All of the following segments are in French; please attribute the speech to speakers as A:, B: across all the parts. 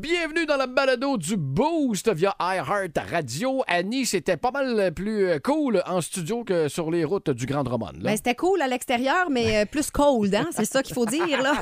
A: Bienvenue dans la balado du Boost via iHeart Radio. Annie, c'était pas mal plus euh, cool en studio que sur les routes du Grand Roman. là.
B: Ben, c'était cool à l'extérieur, mais euh, plus cold, hein? c'est ça qu'il faut dire. Là.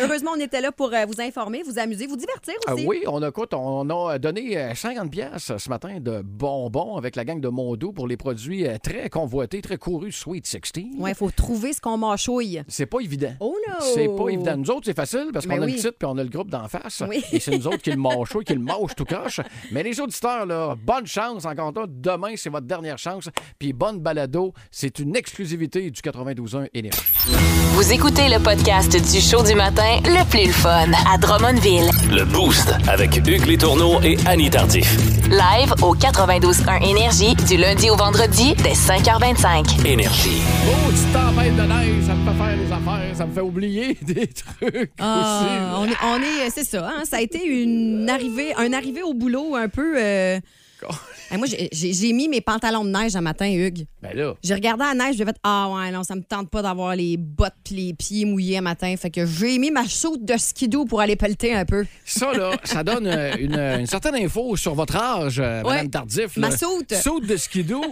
B: Heureusement, on était là pour euh, vous informer, vous amuser, vous divertir
A: Ah
B: aussi.
A: oui, on a, écoute, on a donné euh, 50 pièces ce matin de bonbons avec la gang de Mondo pour les produits euh, très convoités, très courus Sweet 16.
B: Ouais, faut trouver ce qu'on mâchouille.
A: C'est pas évident.
B: Oh no!
A: C'est pas évident. Nous autres, c'est facile parce
B: Ben
A: qu'on a
B: oui.
A: le titre puis on a le groupe d'en face.
B: Oui.
A: Et c'est nous autres qui le mâchons, qui le mâchent tout coche. Mais les auditeurs, là, bonne chance encore là. Demain, c'est votre dernière chance. Puis bonne balado. C'est une exclusivité du 92.1 Énergie.
C: Vous écoutez le podcast du show du matin le plus le fun à Drummondville.
D: Le Boost avec Hugues Létourneau et Annie Tardif.
C: Live au 92.1 Énergie du lundi au vendredi dès 5h25.
D: Énergie.
A: Oh, petite tempête de neige, ça me fait faire des affaires, ça me fait oublier des trucs
B: Ah,
A: aussi. hein.
B: on est, on est- c'est ça. hein, Ça a été une arrivée, un arrivée au boulot un peu. euh, Ah, moi, j'ai- j'ai j'ai mis mes pantalons de neige un matin, Hugues.
A: Ben là,
B: J'ai regardé la neige, j'ai fait ah ouais non, ça me tente pas d'avoir les bottes puis les pieds mouillés un matin, fait que j'ai mis ma soute de skidoo pour aller pelleter un peu.
A: ça, là, ça donne euh, une, une certaine info sur votre âge, euh,
B: Ouais.
A: Madame Tardif.
B: Ma
A: là.
B: soute.
A: Soute de skidoo.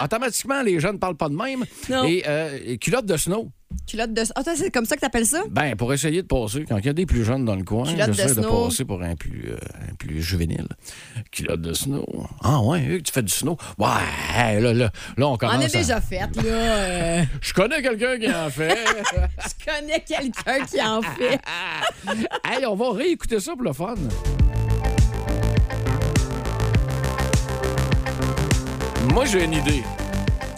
A: Automatiquement, les jeunes ne parlent pas de même.
B: Non.
A: Et, euh, et culotte de snow.
B: Culotte de ah toi, c'est comme ça que t'appelles ça
A: Ben, pour essayer de passer, quand il y a des plus jeunes dans le coin,
B: Culotte de
A: j'essaie de,
B: snow.
A: passer pour un plus, euh, un plus juvénile. Culotte de snow. Ah ouais, Hugues, tu fais du snow. Ouais, hey, là, là, là, on commence.
B: On
A: à-
B: est déjà fait, là. euh,
A: Je connais quelqu'un qui en fait.
B: je connais quelqu'un qui en fait.
A: Hey, on va réécouter ça pour le fun. Moi, j'ai une idée.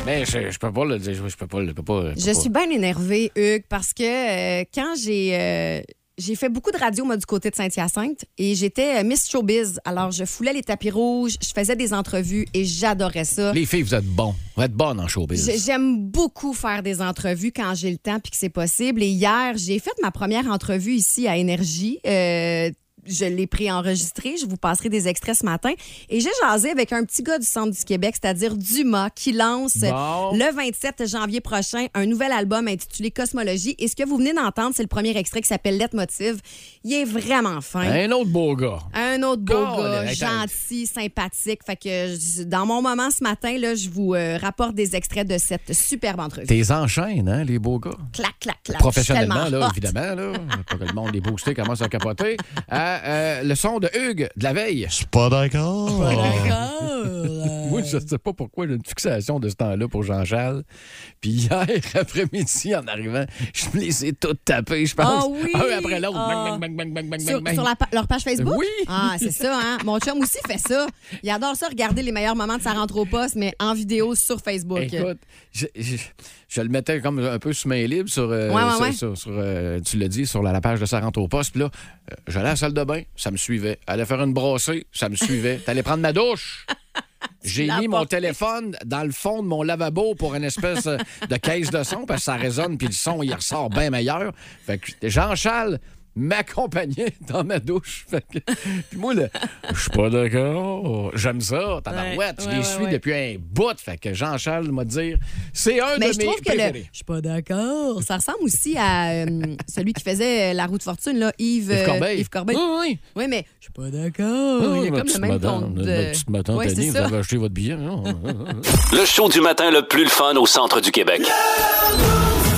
A: Mais je, je peux pas le dire. Je peux pas le. je peux pas- je peux
B: Je
A: pas.
B: suis bien énervée, Hugues, parce que euh, quand j'ai. euh, j'ai fait beaucoup de radio, moi, du côté de Saint-Hyacinthe, et j'étais euh, Miss Showbiz. Alors, je foulais les tapis rouges, je faisais des entrevues, et j'adorais ça.
A: Les filles, vous êtes bons. Vous êtes bonnes en showbiz.
B: J'ai- J'aime beaucoup faire des entrevues quand j'ai le temps puis que c'est possible. Et hier, j'ai fait ma première entrevue ici à Énergie. Euh, je l'ai préenregistrée. Je vous passerai des extraits ce matin. Et j'ai jasé avec un petit gars du centre du Québec, c'est-à-dire Dumas, qui lance
A: Bon.
B: le 27 janvier prochain un nouvel album intitulé Cosmologie. Et ce que vous venez d'entendre, c'est le premier extrait qui s'appelle Let Motive. Il est vraiment fin.
A: Un autre beau gars.
B: Un autre beau
A: Colin,
B: gars,
A: hey,
B: gentil, sympathique. Fait que je- dans mon moment ce matin, là, je vous euh, rapporte des extraits de cette superbe entrevue.
A: T'es enchaînes, hein, les beaux gars.
B: Clac, clac, clac. Je
A: Professionnellement,
B: suis
A: là,
B: tellement hot.
A: évidemment, là. Pas que le monde les boostés commence à capoter. Euh, euh, le son de Hugues de la veille.
E: Pas d'accord.
A: Oh.
B: D'accord.
A: Moi, je sais pas pourquoi j'ai une fixation de ce temps-là pour Jean-Charles. Puis hier après-midi, en arrivant, je me les ai toutes tapées, je pense.
B: Ah oui!
A: Un après l'autre.
B: Ah.
A: Bang, bang, bang, bang, bang,
B: Sur,
A: bang, bang.
B: sur la pa- leur page Facebook?
A: Oui.
B: Ah, c'est ça, hein? Mon chum aussi fait ça. Il adore ça, regarder les meilleurs moments de sa rentre au poste, mais en vidéo sur Facebook.
A: Écoute, je, je- je le mettais comme un peu sous main libre sur, euh,
B: Ouais, ouais,
A: sur-
B: ouais.
A: sur- sur, euh, tu l'as dit, sur la, la page de ça rentre au poste. Puis là, euh, j'allais à la salle de bain, ça me suivait. Allais faire une brassée, ça me suivait. T'allais prendre ma douche. J'ai
B: l'as
A: mis mon
B: apporté.
A: téléphone dans le fond de mon lavabo pour une espèce euh, de caisse de son parce que ça résonne puis le son il ressort bien meilleur. Fait que Jean-Charles m'accompagnait dans ma douche. Fait que- puis moi là, je suis pas d'accord. J'aime ça. Tabarouette, je
B: Ouais,
A: les
B: ouais,
A: suis
B: ouais.
A: depuis un bout. Fait que Jean-Charles m'a dit c'est un
B: Mais
A: de
B: je
A: mes
B: trouve que le.
A: préférés.
B: Je suis pas d'accord. Ça ressemble aussi à euh, celui qui faisait euh, La roue de fortune, là, Yves,
A: Yves
B: euh,
A: Corbeil.
B: Yves Corbeil.
A: Oui, oui.
B: Oui, mais je suis pas d'accord. Il
A: Ah, ma
B: y a comme le
A: petite
B: même ton
A: madame,
B: de...
A: ma petite madame
B: Ouais,
A: Annie,
B: c'est
A: vous
B: ça.
A: avez acheté votre billet. hein? non?
D: Le show du matin le plus le fun au centre du Québec.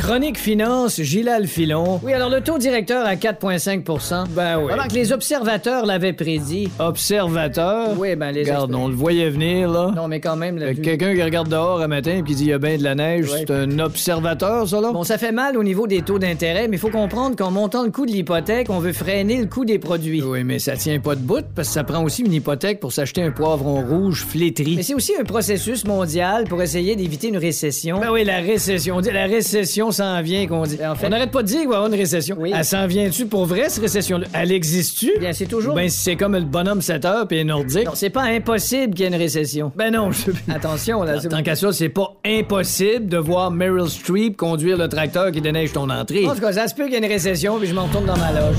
F: Chronique Finance, Gilal Filon. Oui, alors le taux directeur à 4,5 Ben oui. Alors que les observateurs l'avaient prédit. Observateurs? Oui, ben les
G: Regarde, on le voyait venir, là.
F: Non, mais quand même, la
G: Fait que
F: vue-
G: Quelqu'un qui regarde dehors un matin et qui dit il y a bien de la neige,
F: Ouais.
G: c'est un observateur, ça, là?
F: Bon, ça fait mal au niveau des taux d'intérêt, mais il faut comprendre qu'en montant le coût de l'hypothèque, on veut freiner le coût des produits.
G: Oui, mais ça tient pas de bout parce que ça prend aussi une hypothèque pour s'acheter un poivron rouge
F: Mais
G: flétri.
F: c'est aussi un processus mondial pour essayer d'éviter une récession.
G: Ben oui, la récession. On dit la récession s'en vient, qu'on dit.
F: Ben, en fait-
G: On n'arrête pas de dire qu'il va y avoir une récession.
F: Oui. Eh
G: Elle s'en vient-tu pour vrai, cette récession-là? Elle existe-tu?
F: Bien, c'est toujours...
G: Ben, si c'est comme le bonhomme 7 heures puis les Nordiques.
F: Non, c'est pas impossible qu'il y ait une récession.
G: Ben non, je
F: Attention, là... c'est-
G: Tant qu'à ça, c'est pas impossible de voir Meryl Streep conduire le tracteur qui déneige ton entrée.
F: En tout cas, ça se peut qu'il y ait une récession, puis je m'en retourne dans ma loge.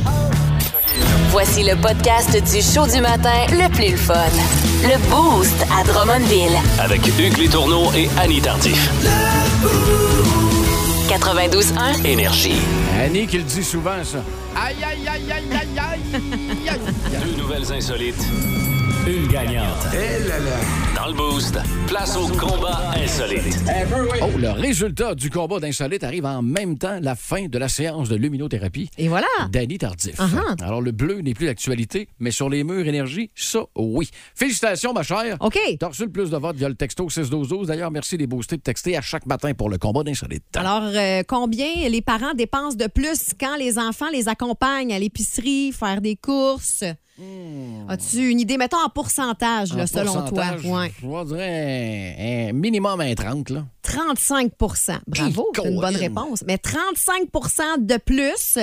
C: Voici le podcast du show du matin le plus le fun. Le Boost à Drummondville.
D: Avec Hugues Létourneau et Annie Tardif.
C: 92.1.
D: Énergie.
A: Annie qui le dit souvent, ça. Aïe, aïe, aïe, aïe, aïe, aïe, aïe.
D: Deux nouvelles insolites. Une gagnante. Dans le boost, place au combat insolite.
A: Oh, le résultat du combat d'insolite arrive en même temps la fin de la séance de luminothérapie.
B: Et voilà.
A: Danny Tardif.
B: Uh-huh.
A: Alors, le bleu n'est plus d'actualité, mais sur les murs énergie, ça, oui. Félicitations, ma chère.
B: OK.
A: T'as reçu le plus de votes via le texto 61212. D'ailleurs, merci des boostés de texter à chaque matin pour le combat d'insolite.
B: Alors, euh, combien les parents dépensent de plus quand les enfants les accompagnent à l'épicerie, faire des courses? As-tu une idée? Mettons en pourcentage,
A: Hmm.
B: là,
A: En
B: selon toi.
A: pourcentage,
B: Ouais.
A: Je dirais un, un minimum un 30, là.
B: 35 Bravo, c'est une bonne
A: Colin.
B: réponse. Mais 35 de plus.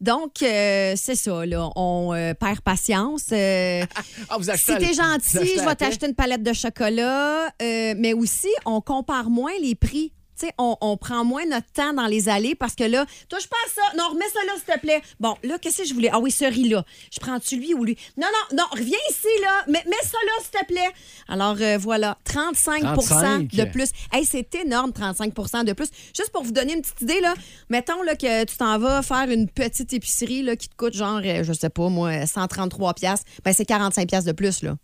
B: Donc, euh, c'est ça, là. On euh, perd patience. Euh,
A: Ah, vous
B: si
A: à-
B: t'es
A: vous
B: gentil,
A: achetez
B: je
A: à
B: vais
A: paix?
B: t'acheter une palette de chocolat. Euh, mais aussi, on compare moins les prix. Tu sais, on, on prend moins notre temps dans les allées parce que là, toi, je passe ça. Non, remets ça là, s'il te plaît. Bon, là, qu'est-ce que je voulais? Ah oui, ce riz-là. Je prends-tu lui ou lui? Non, non, non, reviens ici, là. Mais mets ça là, s'il te plaît. Alors, euh, voilà, 35,
A: 35.
B: de plus. Hey, c'est énorme, 35 de plus. Juste pour vous donner une petite idée, là, mettons là, que tu t'en vas faire une petite épicerie là, qui te coûte genre, euh, je sais pas moi, 133 pièces ben c'est 45 pièces de plus, là.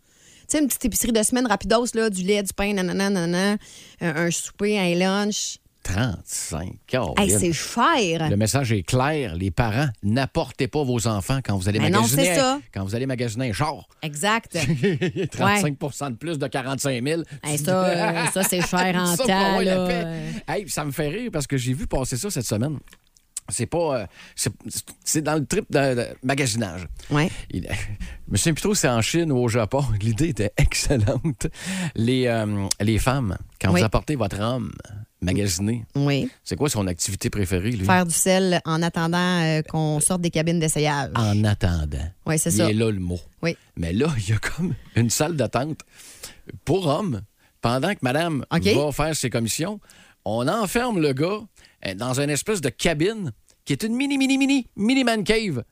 B: Tu sais, une petite épicerie de semaine rapidos, là, du lait, du pain, nanana, nanana, un, un souper, un lunch.
A: 35.
B: Hey,
A: Caroline.
B: c'est cher.
A: Le message est clair. Les parents, n'apportez pas vos enfants quand vous allez
B: Mais Ben non,
A: magasiner.
B: c'est ça.
A: Quand vous allez magasiner un char.
B: Exact.
A: 35 de plus de 45 000.
B: Hey,
A: Tu
B: ça,
A: dis-
B: euh, ça, c'est cher en
A: Ça, pour
B: temps,
A: avoir la
B: là,
A: paix.
B: euh.
A: Hey, ça me fait rire parce que j'ai vu passer ça cette semaine. C'est pas. euh, c'est- c'est dans le trip de, de magasinage.
B: Ouais.
A: Il- je me souviens plus trop si c'est en Chine ou au Japon. L'idée était excellente. Les, euh, les femmes, quand
B: Oui.
A: vous apportez votre homme magasiné,
B: Oui.
A: c'est quoi son activité préférée, lui?
B: Faire du sel en attendant euh, qu'on sorte des cabines d'essayage.
A: En attendant.
B: Oui, c'est
A: Ah. Il
B: ça.
A: est là le mot.
B: Oui.
A: Mais là, il y a comme une salle d'attente pour hommes. Pendant que madame
B: OK.
A: va faire ses commissions, on enferme le gars euh, dans une espèce de cabine qui est une mini, mini, mini, mini man cave.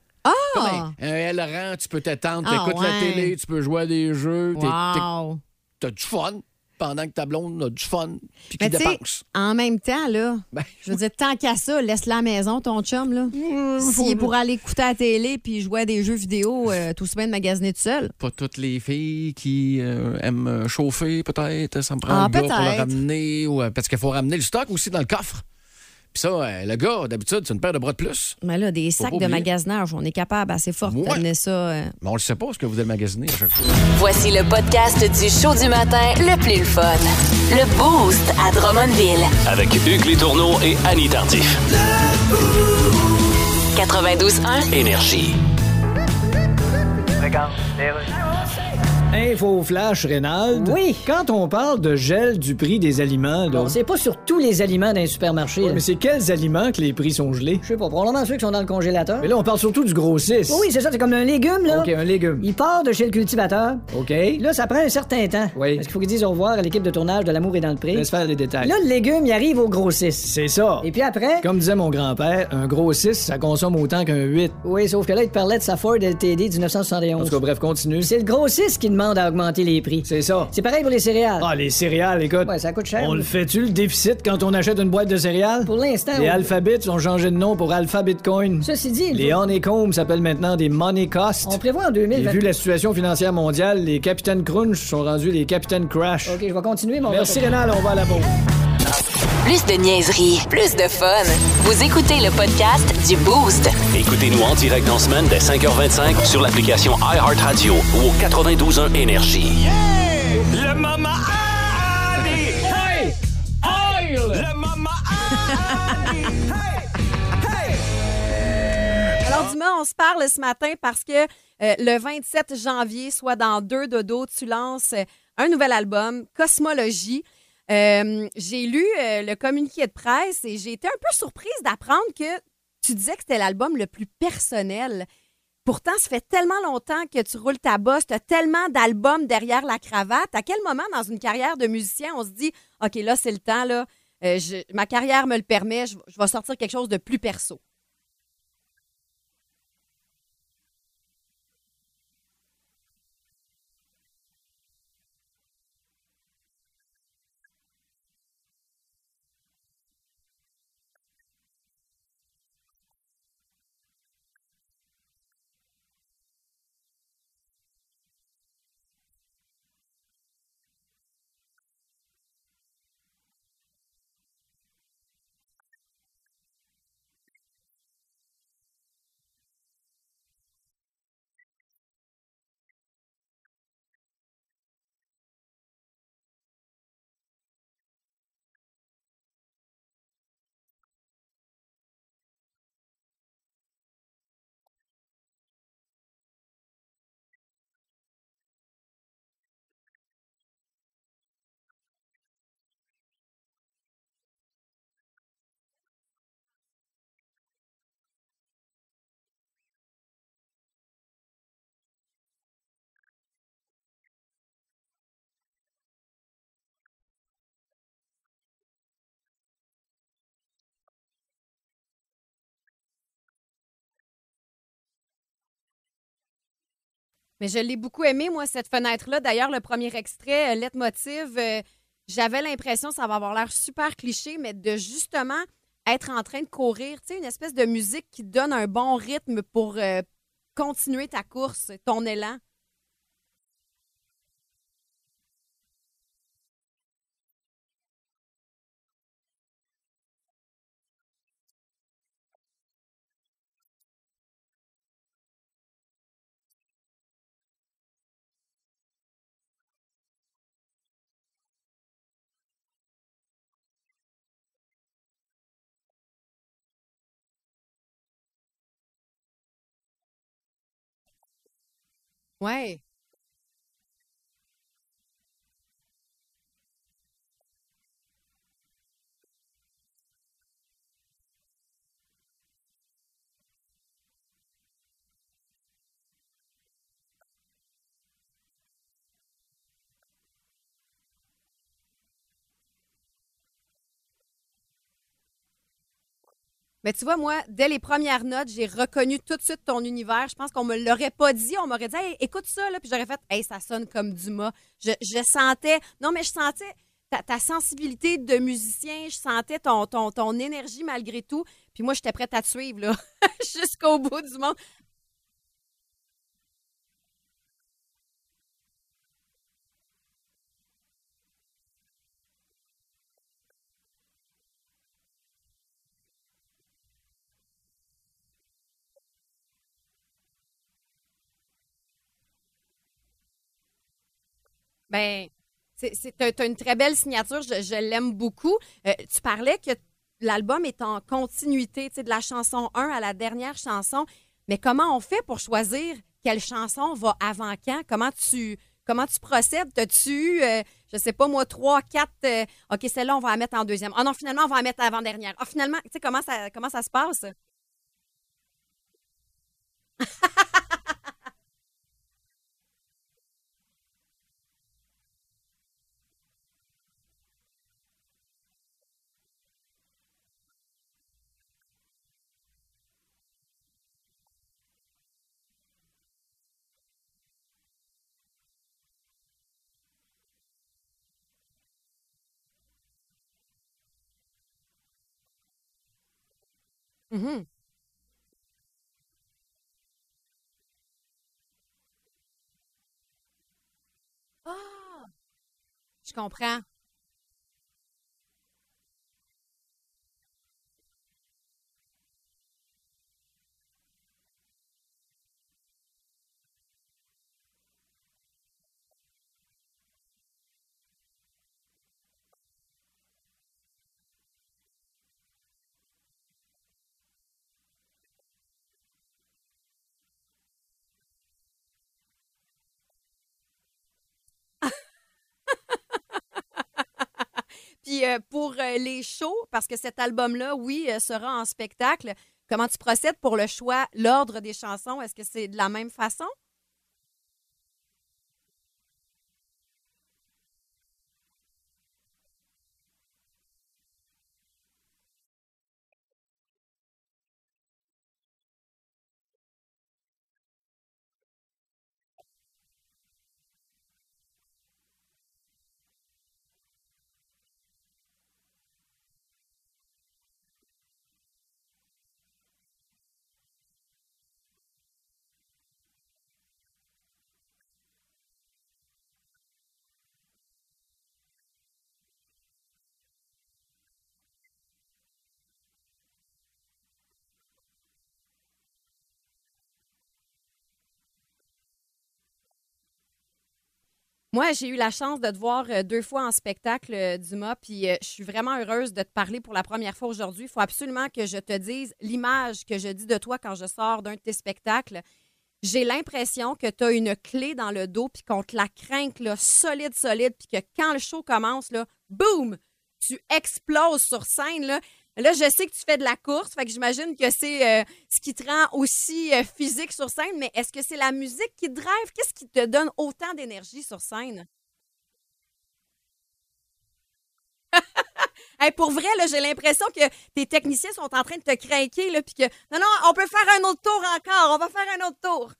A: Comme un, un aileron, tu peux t'attendre,
B: Ah,
A: t'écoutes la
B: ouais.
A: télé, tu peux jouer à des jeux, t'es-
B: Wow.
A: t'es- t'as du fun pendant que ta blonde a du fun, puis
B: Mais
A: qui
B: tu sais,
A: dépense.
B: en même temps, là,
A: Ben,
B: je veux dire, tant qu'à ça, laisse la maison, ton chum, là.
A: Mmh,
B: S'il est pour aller écouter la télé puis jouer à des jeux vidéo, euh, tout semaine magasiner tout seul.
A: Pas toutes les filles qui euh, aiment euh, chauffer, peut-être. Ça me prend
B: Ah,
A: le gars pour le
B: peut-être.
A: ramener. Ou, euh, parce qu'il faut ramener le stock aussi dans le coffre. Puis ça, euh, le gars, d'habitude, c'est une paire de bras de plus.
B: Mais ben là, des sacs
A: pas
B: de
A: oublier.
B: magasinage, on est capable assez fort
A: Ouais.
B: d'amener ça. euh.
A: Mais on le sait pas, ce que vous allez magasiner à chaque fois.
C: Voici le podcast du show du matin le plus le fun. Le Boost à Drummondville.
D: Avec Hugues Létourneau et Annie Tardif.
C: 92.1.
D: Énergie.
G: Info flash, Reynald. Oui. Quand on parle de gel du prix des aliments, là,
F: Bon, c'est pas sur tous les aliments d'un supermarché.
G: Ouais,
F: là.
G: mais c'est quels aliments que les prix sont gelés?
F: Je sais pas, probablement ceux qui sont dans le congélateur.
G: Mais là, on parle surtout du grossiste.
F: Oui, oui, c'est ça, c'est comme un légume, là.
G: OK, un légume.
F: Il part de chez le cultivateur.
G: OK.
F: Et Là, ça prend un certain temps.
G: Oui.
F: Parce qu'il faut qu'ils disent au revoir à l'équipe de tournage de L'amour et dans le prix.
G: Laisse faire les détails.
F: Là, le légume, il arrive au grossiste.
G: C'est ça.
F: Et puis après.
G: Comme disait mon grand-père, un gros 6, ça consomme autant qu'un 8.
F: Oui, sauf que là, il te parlait de sa Ford LTD du
G: En
F: 1971.
G: tout cas, bref, continue.
F: C'est le grossiste qui demande à augmenter les prix.
G: C'est ça.
F: C'est pareil pour les céréales.
G: Ah, les céréales, écoute.
F: Ouais, ça coûte cher,
G: On
F: mais-
G: le fait-tu, le déficit, quand on achète une boîte de céréales?
F: Pour l'instant.
G: Les
F: on-
G: alphabets ont changé de nom pour Alpha Bitcoin.
F: Ceci dit, il
G: Les
F: faut-
G: honeycombs s'appellent maintenant des money costs.
F: on prévoit en
G: Et
F: 2020.
G: vu la situation financière mondiale, les capitaines crunch sont rendus les capitaines crash.
F: OK, je vais continuer mon
G: Merci Rénal, on va à la pause.
C: Plus de niaiserie, plus de fun. Vous écoutez le podcast du Boost.
D: Écoutez-nous en direct en semaine dès 5h25 sur l'application iHeartRadio ou au 92.1 Énergie. Le Mama Annie! Hey! Le Mama Annie! Hey!
B: Alors, Dumas, on se parle ce matin parce que euh, le 27 janvier, soit dans deux dodo, tu lances euh, un nouvel album, Cosmologie. Euh, j'ai lu euh, le communiqué de presse et j'ai été un peu surprise d'apprendre que tu disais que c'était l'album le plus personnel. Pourtant, ça fait tellement longtemps que tu roules ta bosse, tu as tellement d'albums derrière la cravate. À quel moment dans une carrière de musicien on se dit OK, là, c'est le temps, là, euh, je- ma carrière me le permet, je, je vais sortir quelque chose de plus perso? Mais je l'ai beaucoup aimé, moi, cette fenêtre-là. D'ailleurs, le premier extrait, euh, Leitmotiv, euh, j'avais l'impression, ça va avoir l'air super cliché, mais de justement être en train de courir. Tu sais, une espèce de musique qui donne un bon rythme pour euh, continuer ta course, ton élan. Ouais. Mais tu vois, moi, dès les premières notes, j'ai reconnu tout de suite ton univers. Je pense qu'on me l'aurait pas dit. On m'aurait dit, Hey, écoute ça, là. Puis j'aurais fait, hey, ça sonne comme Dumas. Je, je sentais, non, mais je sentais ta, ta sensibilité de musicien. Je sentais ton, ton, ton énergie malgré tout. Puis moi, j'étais prête à te suivre, là, jusqu'au bout du monde. Ben, c'est- c'est t'as- t'as une très belle signature, je, je l'aime beaucoup. Euh, tu parlais que l'album est en continuité, tu sais, de la chanson 1 à la dernière chanson. Mais comment on fait pour choisir quelle chanson va avant quand? Comment tu comment tu procèdes? T'as-tu, eu, euh, je sais pas moi, trois, quatre, euh, OK, celle-là, on va la mettre en deuxième. Ah non, finalement, on va la mettre avant-dernière. Ah, finalement, tu sais, comment ça, comment ça se passe? Mhm. Ah! Je comprends. Puis euh, pour euh, les shows, parce que cet album-là, oui, euh, sera en spectacle, comment tu procèdes pour le choix, l'ordre des chansons? Est-ce que c'est de la même façon? Moi, j'ai eu la chance de te voir euh, deux fois en spectacle, euh, Dumas, puis euh, je suis vraiment heureuse de te parler pour la première fois aujourd'hui. Il faut absolument que je te dise l'image que je dis de toi quand je sors d'un de tes spectacles. J'ai l'impression que tu as une clé dans le dos, puis qu'on te la crinque là, solide, solide, puis que quand le show commence, là, boum, tu exploses sur scène. Là. là, je sais que tu fais de la course, fait que j'imagine que c'est euh, ce qui te rend aussi euh, physique sur scène, mais est-ce que c'est la musique qui te drive? Qu'est-ce qui te donne autant d'énergie sur scène? Hey, pour vrai, là, j'ai l'impression que tes techniciens sont en train de te craquer, là, puis que non, non, on peut faire un autre tour encore, on va faire un autre tour.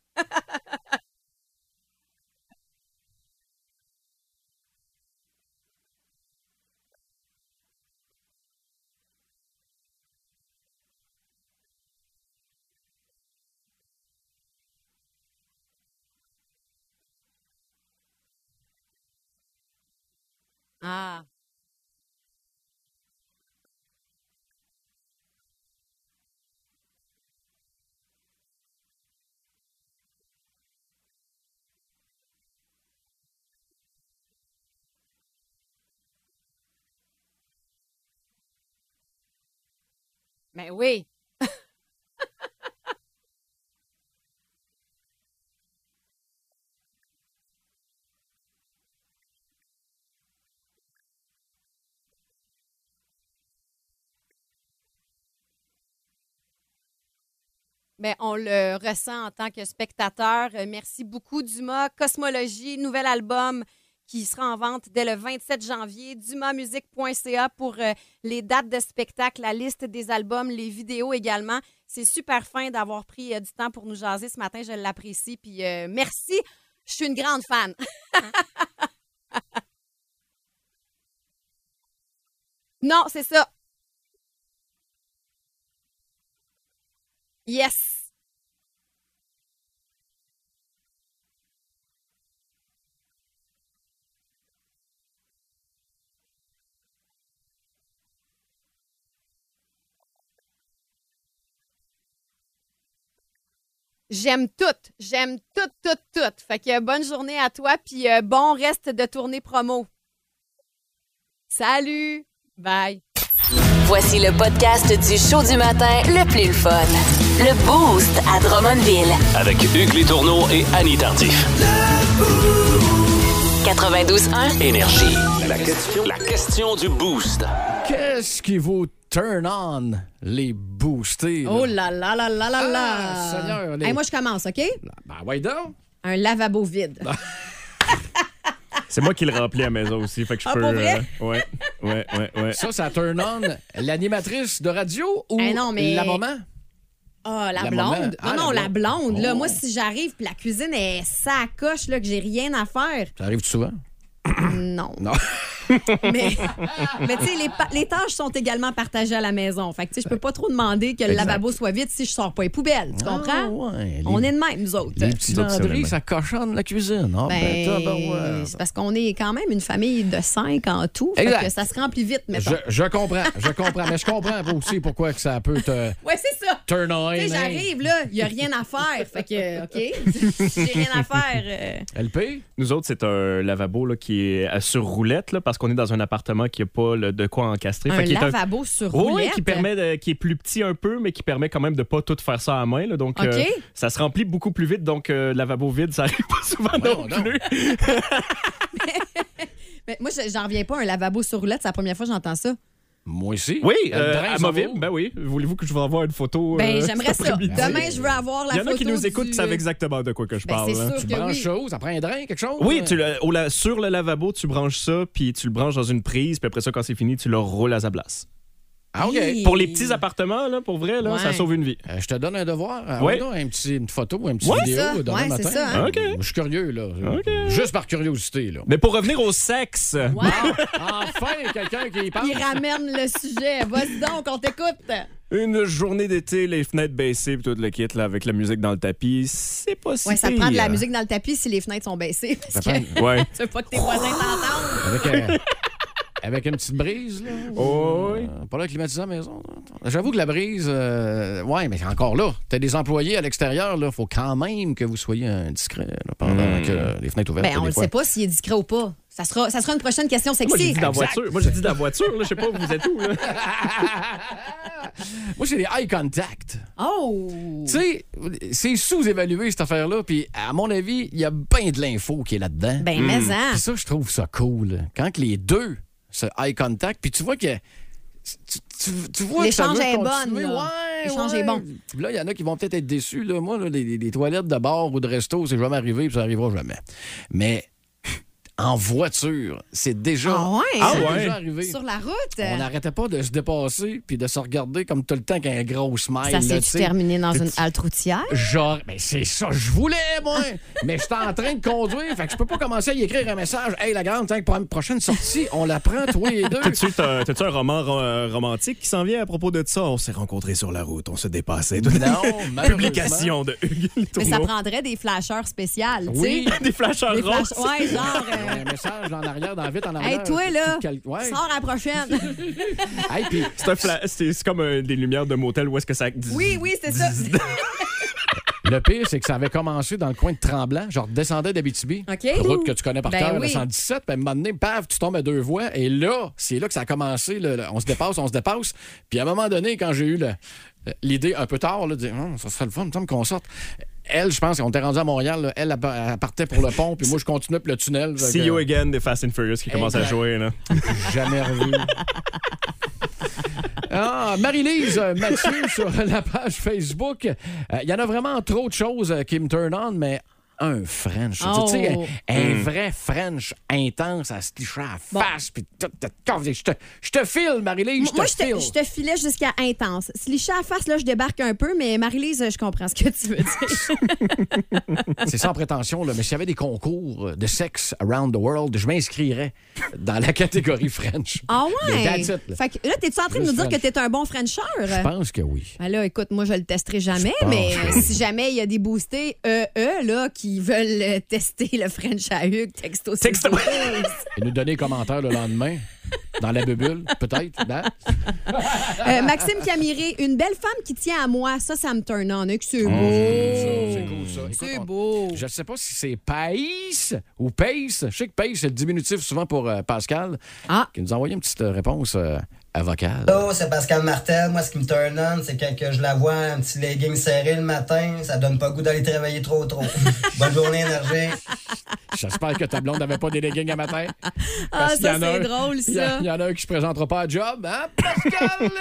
B: Ah. Ben oui. Mais Ben, on le ressent en tant que spectateur. Euh, Merci beaucoup, Dumas. Cosmologie, nouvel album qui sera en vente dès le 27 janvier. DumasMusique.ca pour euh, les dates de spectacle, la liste des albums, les vidéos également. C'est super fin d'avoir pris euh, du temps pour nous jaser ce matin. Je l'apprécie. Puis euh, merci. Je suis une grande fan. non, c'est ça. Yes. J'aime tout. J'aime tout, tout, tout. Fait que euh, bonne journée à toi, puis euh, bon reste de tournée promo. Salut! Bye!
C: Voici le podcast du show du matin le plus le fun. Le Boost à Drummondville.
D: Avec Hugues Létourneau et Annie Tardif.
C: 92.1.
D: Énergie. La question, la question du boost.
A: Qu'est-ce qui vous turn on, les boostés? là?
B: Oh là là là là là là!
A: Ah, Seigneur, les-
B: Hey, moi, je commence, OK?
A: Ben, ouais, donc.
B: Un lavabo vide.
E: C'est moi qui le remplis à la maison aussi, fait que je
B: Ah,
E: peux.
B: pour vrai?
E: euh, ouais, ouais, ouais, ouais.
A: Ça, ça turn on l'animatrice de radio ou
B: Eh non, mais-
A: la maman?
B: Ah, la,
A: La
B: blonde.
A: maman. Ah,
B: non,
A: la
B: non, la blonde.
A: blonde.
B: Là,
A: Oh.
B: moi, si j'arrive, puis la cuisine est sacoche, là, que j'ai rien à faire.
A: Ça arrive souvent.
B: Non.
A: Non.
B: mais, mais tu sais, les, pa- les tâches sont également partagées à la maison. Fait que, tu sais, je peux pas trop demander que le
A: Exact.
B: lavabo soit vide si je sors pas les poubelles. Tu comprends?
A: Ah, ouais, les-
B: On est de même, nous autres.
A: Les petits Landry,
E: Absolument.
A: ça cochonne la cuisine. Ah, ben, tabarouette.
B: c'est parce qu'on est quand même une famille de cinq en tout. Fait
A: Exact.
B: que ça se remplit vite, mais
A: je, je comprends, je comprends. Mais je comprends aussi pourquoi que ça peut te
B: Ouais, c'est ça.
A: turn on.
B: Tu sais,
A: hein.
B: j'arrive, là, il n'y a rien à faire. Fait que, OK, j'ai rien à faire. euh.
A: LP?
E: Nous autres, c'est un lavabo là, qui est à- sur roulette là, parce qu'on est dans un appartement qui n'a pas là, de quoi encastrer.
B: Un
E: Fait qu'il est Oh,
B: lavabo sur
E: Oui,
B: roulette.
E: qui permet de- qui est plus petit un peu, mais qui permet quand même de pas tout faire ça à main. là. donc,
B: OK.
E: euh, ça se remplit beaucoup plus vite. Donc, euh, lavabo vide, ça arrive pas souvent non,
A: Voyons donc. Euh,
E: plus.
B: Mais Ben, moi, je- j'en reviens pas, un lavabo sur roulette, c'est la première fois que j'entends ça.
A: Moi aussi.
E: Oui,
A: Le
E: euh,
A: drain
E: à
A: s'en
E: mobile.
A: va.
E: Ben oui. Voulez-vous que je vous envoie une photo?
B: Ben,
E: euh,
B: j'aimerais
E: cet
B: ça.
E: après-midi?
B: Demain, je veux avoir la
E: Il y en
B: photo.
E: a qui nous écoutent qui
B: du-
E: savent exactement de quoi que je
B: Ben,
E: parle.
B: c'est
E: hein.
B: sûr
A: Tu
B: que
A: branches
B: oui.
A: chose, ça prend un drain, quelque chose?
E: Oui,
A: hein?
E: tu le- au la- sur le lavabo, tu branches ça, puis tu le branches dans une prise, puis après ça, quand c'est fini, tu le roules à Zablas.
A: Ah, OK.
B: Hi.
E: Pour les petits appartements, là, pour vrai, là,
B: Ouais.
E: ça sauve une vie.
A: Euh, je te donne un devoir. Ah,
E: Ouais.
A: ouais, donc, un petit, une photo ou une petite
E: Ouais,
A: vidéo
B: ça.
A: demain
B: Ouais,
A: matin.
B: c'est ça, hein.
E: OK.
A: Je suis curieux, là.
E: OK.
A: Juste par curiosité, là.
E: Mais pour revenir au sexe,
B: Wow!
A: Enfin, quelqu'un qui y pense.
B: Il ramène le sujet. Vas-y donc, on t'écoute.
E: une journée d'été, les fenêtres baissées, puis tout le kit, là, avec la musique dans le tapis, c'est pas si euh,
B: Ouais, ça te
E: pire.
B: prend de la musique dans le tapis si les fenêtres sont baissées. Parce que tu
E: Ouais.
B: veux pas que tes voisins
E: Oh!
B: t'entendent.
A: Avec, euh, avec une petite brise, là.
E: Oh, oui.
A: Euh, Pas là, climatiser à la maison. là. J'avoue que la brise, euh, ouais, mais encore là, t'as des employés à l'extérieur, là, faut quand même que vous soyez euh, discret là, pendant que euh, les fenêtres ouvertes.
B: Ben, on
A: des
B: le
A: fois.
B: sait pas s'il est discret ou pas. Ça sera, ça sera une prochaine question
E: Moi, j'ai
B: sexy.
E: dit dans la
A: Exact.
E: voiture. Moi, j'ai dit dans la voiture, là, je sais pas où vous êtes où, là.
A: Moi, c'est les eye contact.
B: Oh!
A: Tu sais, c'est sous-évalué cette affaire-là, puis à mon avis, il y a bien de l'info qui est là-dedans.
B: Ben,
E: Hmm.
B: mais hein.
A: Puis ça, je trouve ça cool. Quand que les deux, ce eye contact, puis tu vois que. Tu, tu- tu vois que ça
B: L'échange
A: veut
B: est bon,
A: continuer.
B: là.
A: Ouais,
B: L'échange
A: ouais.
B: est bon.
A: Puis Là, il y en a qui vont peut-être être déçus. Là. Moi, là, les, les- les toilettes de bar ou de resto, c'est jamais arrivé puis ça arrivera jamais. Mais en voiture, c'est déjà,
B: Ah ouais?
A: c'est
E: Ah ouais?
A: déjà arrivé.
B: Sur euh, la route?
A: On n'arrêtait pas de se dépasser puis de se regarder comme tout le temps qu'un gros smile.
B: Ça
A: là,
B: s'est
A: tu sais.
B: terminé dans
A: Puis
B: une halte routière?
A: Genre, ben c'est ça, je voulais, moi! Mais j'étais en train de conduire, fait que je peux pas commencer à y écrire un message. Hey, la grande, tiens, pour la prochaine sortie, on la prend, toi et deux.
E: T'as-tu t'as- t'as-tu un roman ro- euh, romantique qui s'en vient à propos de ça? On s'est rencontrés sur la route, on se dépassait.
A: Non, malheureusement.
E: Publication de Hugues
B: Mais ça
E: Létourneau.
B: prendrait des flasheurs spéciales, tu sais.
A: Oui.
E: Des flasheurs
B: Des
E: roses.
B: flash- Ouais, genre, euh,
A: Il y a un message là, en arrière, dans vite en arrière.
B: Hey, toi, là,
A: Quel- Ouais.
B: sors à la prochaine.
A: Hey, puis-
E: C'est un fla- c'est- c'est comme euh, des lumières de motel où est-ce que ça.
B: Oui, oui, c'est ça.
A: Le pire, c'est que ça avait commencé dans le coin de Tremblant. Genre, descendais d'Abitibi.
B: OK.
A: Route que tu connais par
B: Ben
A: cœur, la
B: oui.
A: 117. Puis à un moment donné, paf, tu tombes à deux voies. Et là, c'est là que ça a commencé. le- le- on se dépasse, on se dépasse. Puis à un moment donné, quand j'ai eu le- l'idée un peu tard, là, de dire, Hum, ça serait le fun, il me semble qu'on sorte. Elle, je pense qu'on était rendu à Montréal. là, elle, elle, elle partait pour le pont. Puis moi, je continuais pour le tunnel. Fait
E: See
A: que-
E: you again des Fast and Furious qui commence à
A: Exact.
E: jouer. Là.
A: jamais revu. Ah, Marie-Lise euh, Mathieu sur la page Facebook. Euh, Il y en a vraiment trop de choses euh, qui me turn on, mais un French. Tu sais, tu sais,
B: Oh.
A: un, un vrai French intense à se licher à la face. puis tout, tout, tout. Je te- je te file, Marie-Lise,
B: Moi,
A: je te
B: je
A: file.
B: te filais jusqu'à intense. Si les chats à face, là, je débarque un peu, mais Marie-Lise, je comprends ce que tu veux dire.
A: C'est sans prétention, là, mais s'il y avait des concours de sexe around the world, je m'inscrirais dans la catégorie French.
B: Ah
A: Mais
B: ouais?
A: that's it, là.
B: Fait que là, t'es-tu en train de
A: Juste
B: nous dire que
A: French.
B: t'es un bon Frencher?
A: Je pense que oui.
B: Ben là, écoute, moi, je le testerai jamais,
A: Je pense,
B: mais
A: oui.
B: euh, si jamais il y a des boostés EE là, qui veulent euh, tester le French à Hugues, texto c'est
E: Texto.
B: cool.
A: Et nous donner les commentaires le lendemain, dans la bubule, peut-être. là.
B: Euh, Maxime Camiré, une belle femme qui tient à moi, ça, ça me turn on. Hugues,
A: Ah,
B: c'est beau.
A: C'est cool, ça.
B: C'est
A: Écoute, on-
B: beau.
A: Je ne sais pas si c'est Pace ou Pace. Je sais que Pace, c'est le diminutif souvent pour euh, Pascal,
B: Ah. Oh.
A: qui nous a envoyé une petite euh, réponse euh, à vocale.
H: Hello, Oh, c'est Pascal Martel. Moi, ce qui me turn on, c'est quand que je la vois un petit legging serré le matin, ça donne pas goût d'aller travailler trop trop. Bonne journée, énergie.
A: J'espère que ta blonde n'avait pas des leggings à matin.
B: Ah,
A: Parce qu'il y
B: ça,
A: en a
B: c'est
A: un-
B: drôle,
A: Il y, a-
B: ça.
A: il y en a un qui se présentera pas à job, hein, Pascal?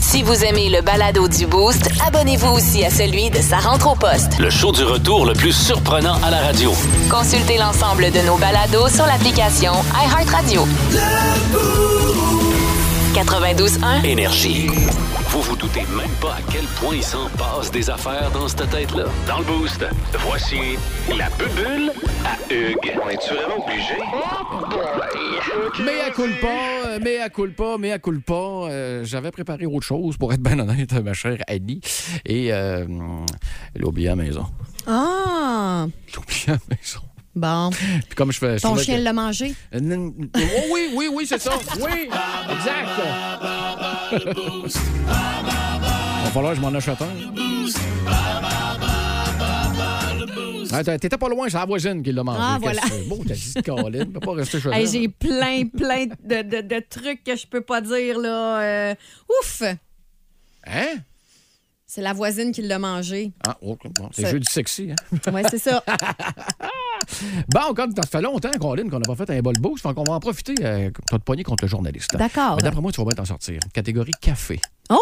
C: Si vous aimez le balado du Boost, abonnez-vous aussi à celui de Sa rentre au poste.
D: Le show du retour le plus surprenant à la radio.
C: Consultez l'ensemble de nos balados sur l'application iHeartRadio. 92.1.
D: Énergie. Vous vous doutez même pas à quel point il s'en passe des affaires dans cette tête-là. Dans le boost, voici la bubule à Hugues. On est-tu vraiment obligé?
A: Mais à culpa, mais à culpa, mais à culpa. Euh, J'avais préparé autre chose, pour être bien honnête, ma chère Annie. Et euh, hum, elle a oublié à la maison.
B: Ah,
A: Elle a oublié à la maison.
B: bon.
A: Puis comme je fais. je
B: Ton
A: trouvais
B: chien
A: que-
B: l'a mangé.
A: Euh, n- n- oh oui, oui, oui, c'est ça. Oui, exact. Il va falloir que je m'en achète un. Ah, t'as- T'étais pas loin, c'est la voisine qui l'a mangé.
B: Ah,
A: Qu'est-ce
B: voilà.
A: que c'est? Bon, t'as dit Colin, peut pas rester chez
B: Hey,
A: elle.
B: J'ai plein, plein de, de- de trucs que je peux pas dire, là. Euh, ouf!
A: Hein?
B: C'est la voisine qui l'a mangé.
A: Ah, oh, bon, c'est
B: Ça-
A: le jeu du sexy. Hein?
B: Ouais, c'est ça.
A: Bon, comme ça fait longtemps, Colin, qu'on n'a pas fait un bol boost, donc on va en profiter. Euh, pas de poignée contre le journaliste.
B: D'accord.
A: Mais d'après moi, tu vas bien t'en sortir. Catégorie café.
B: Oh!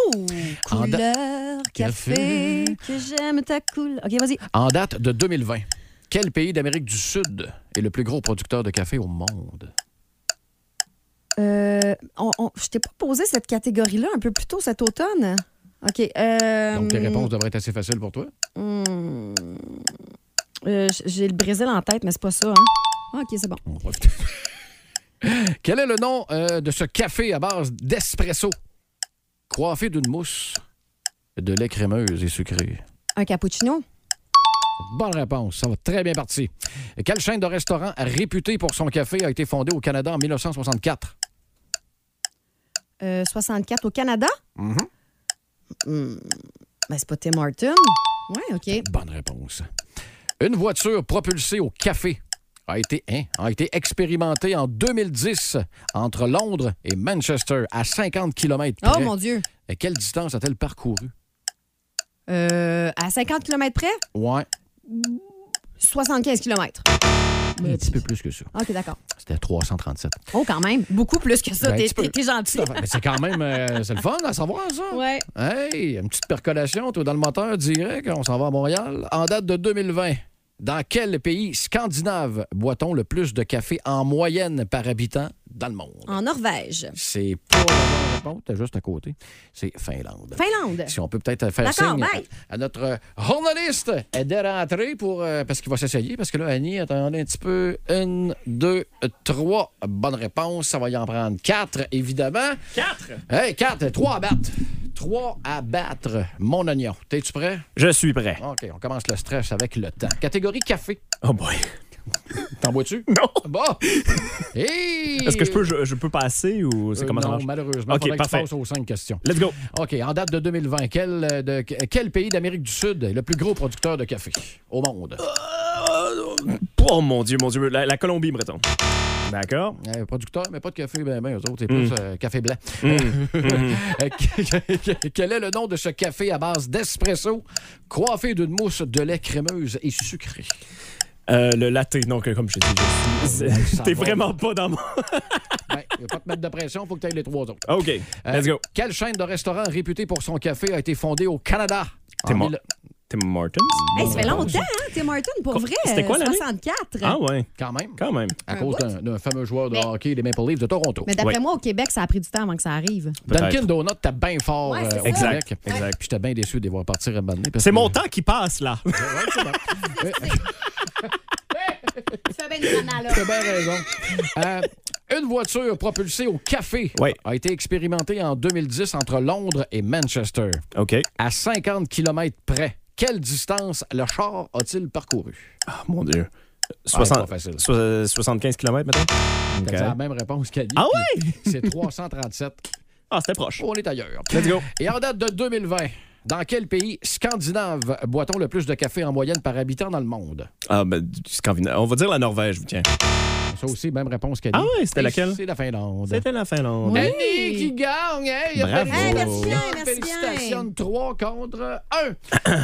A: En da-
B: Couleur café,
A: Café.
B: que j'aime ta couleur. OK, vas-y.
A: En date de 2020, quel pays d'Amérique du Sud est le plus gros producteur de café au monde?
B: Euh, on- on- je t'ai pas posé cette catégorie-là un peu plus tôt cet automne. OK. euh,
A: Donc, tes réponses devraient être assez faciles pour toi.
B: hmm, euh, j- J'ai le Brésil en tête, mais c'est pas ça. hein. Ah, OK, c'est bon.
A: On va profiter. Quel est le nom euh, de ce café à base d'espresso coiffé d'une mousse de lait crémeuse et sucré?
B: Un cappuccino.
A: Bonne réponse. Ça va très bien parti. Quelle chaîne de restaurants réputée pour son café a été fondée au Canada en 1964?
B: Euh, 64 au Canada.
A: Mhm.
B: Hmm, ben, c'est pas Tim Horton. Ouais, OK.
A: Bonne réponse. Une voiture propulsée au café a été, hein, a été expérimentée en 2010 entre Londres et Manchester à 50 km
B: Oh,
A: près.
B: mon Dieu.
A: Et quelle distance a-t-elle parcouru?
B: Euh, à 50 km près,
A: Ouais,
B: 75 km.
A: un petit peu plus que ça.
B: OK, d'accord.
A: C'était à 337.
B: Oh, quand même. Beaucoup plus que ça.
A: Ben, un
B: T'es-
A: petit peu.
B: T'es t'es gentil.
A: Mais c'est quand même... euh, c'est le fun à savoir, ça.
B: Ouais.
A: Hey, une petite percolation, toi, dans le moteur direct. On s'en va à Montréal. En date de 2020, dans quel pays scandinave boit-on le plus de café en moyenne par habitant dans le monde?
B: En Norvège.
A: C'est pas la bonne réponse, t'es juste à côté. C'est Finlande.
B: Finlande.
A: Si on peut peut-être faire
B: D'accord,
A: signe
B: bye.
A: à notre euh, journaliste elle est rentrée pour euh, parce qu'il va s'essayer parce que là Annie attendez un petit peu une deux euh, trois bonnes réponses ça va y en prendre quatre évidemment
E: Quatre!
A: hey quatre trois à battre trois à battre mon oignon t'es-tu prêt
E: Je suis prêt.
A: ok on commence le stress avec le temps catégorie café
E: Oh boy.
A: T'en vois-tu?
E: Non.
A: Bon. Hey!
E: Est-ce que je peux, je, je peux passer ou c'est
A: Euh,
E: comment ça
A: non,
E: marche?
A: malheureusement,
E: Ok,
A: faudrait que tu
E: parfait.
A: passes aux cinq questions.
E: Let's go.
A: OK, en date de 2020, quel, euh, de- quel pays d'Amérique du Sud est le plus gros producteur de café au monde?
E: Oh mon Dieu, mon Dieu. La, la Colombie, breton. D'accord.
A: Euh, producteur, mais pas de café, ben, ben, eux autres, c'est plus
E: Mm.
A: euh, café blanc. Euh, que- Quel est le nom de ce café à base d'espresso coiffé d'une mousse de lait crémeuse et sucrée?
E: Euh, le latte, non, que- comme je t'ai dit. je- c'est- T'es
A: va.
E: vraiment pas dans mon.
A: Ben, je vais pas te mettre de pression, faut que tu ailles les trois autres.
E: Ah, OK,
A: Euh,
E: let's go.
A: Quelle chaîne de restaurants réputée pour son café a été fondée au Canada? en
E: T'es mort.
A: mille-
E: Tim Martin?
B: Hey, ça fait longtemps, hein, Tim Martin, pour
E: Quoi-
B: vrai.
E: c'était quoi,
B: euh,
E: l'année?
B: 64.
E: Ah ouais,
A: Quand même,
E: quand même.
A: à
B: Un
A: cause
B: bout.
A: d'un d'un fameux joueur de hockey des Maple Leafs de Toronto.
B: Mais d'après
E: Ouais.
B: moi, au Québec, ça a pris du temps avant que ça arrive.
A: Dunkin' Donut, t'as bien fort
B: Ouais, c'est
A: euh, au
B: ça.
E: Exact,
A: Québec.
E: exact.
A: Puis j'étais bien déçu de les voir partir à Bandé.
E: C'est mon temps qui passe là.
B: Tu fais bien des analogues.
A: T'as bien raison. Euh, une voiture propulsée au café
E: Oui.
A: a été expérimentée en 2010 entre Londres et Manchester.
E: OK.
A: À 50 km près, quelle distance le char a-t-il parcouru?
E: Ah mon Dieu.
A: pas
E: 60,
A: facile.
E: so- 75 km maintenant?
A: C'est la même réponse qu'Ali.
E: Ah
A: puis C'est 337.
E: Ah, c'était proche.
A: On est ailleurs.
E: Let's go.
A: Et en date de 2020, dans quel pays scandinave boit-on le plus de café en moyenne par habitant dans le monde?
E: Ah, ben, du- du Scandinave. On va dire la Norvège, tiens.
A: Ça aussi, même réponse qu'Ali.
E: Ah ouais, c'était
A: Et
E: laquelle?
A: C'est la Finlande.
E: C'était la Finlande.
B: Oui.
A: Annie qui gagne. Hey, il a
E: Bravo.
A: fait-
E: Hey,
B: merci bien, merci
A: Félicitations.
B: bien.
A: 3 contre 1.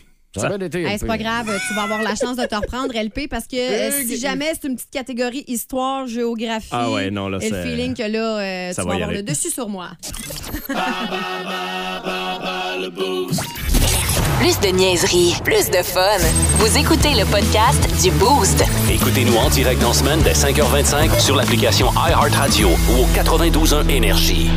A: Ça
E: Ça-
A: a bien été.
B: Hey, c'est pas grave, tu vas avoir la chance de te reprendre, LP, parce que euh,
A: Hugues,
B: si jamais c'est une petite catégorie histoire, géographie,
E: Ah ouais, non, là,
B: et le
E: c'est-
B: feeling que là, euh, tu
E: ça
B: vas,
E: va y
B: avoir
E: aller.
B: le dessus sur moi.
C: Plus de niaiserie, plus de fun. Vous écoutez le podcast du Boost.
D: Écoutez-nous en direct dans la semaine dès 5h25 sur l'application iHeartRadio ou au 92.1 Énergie.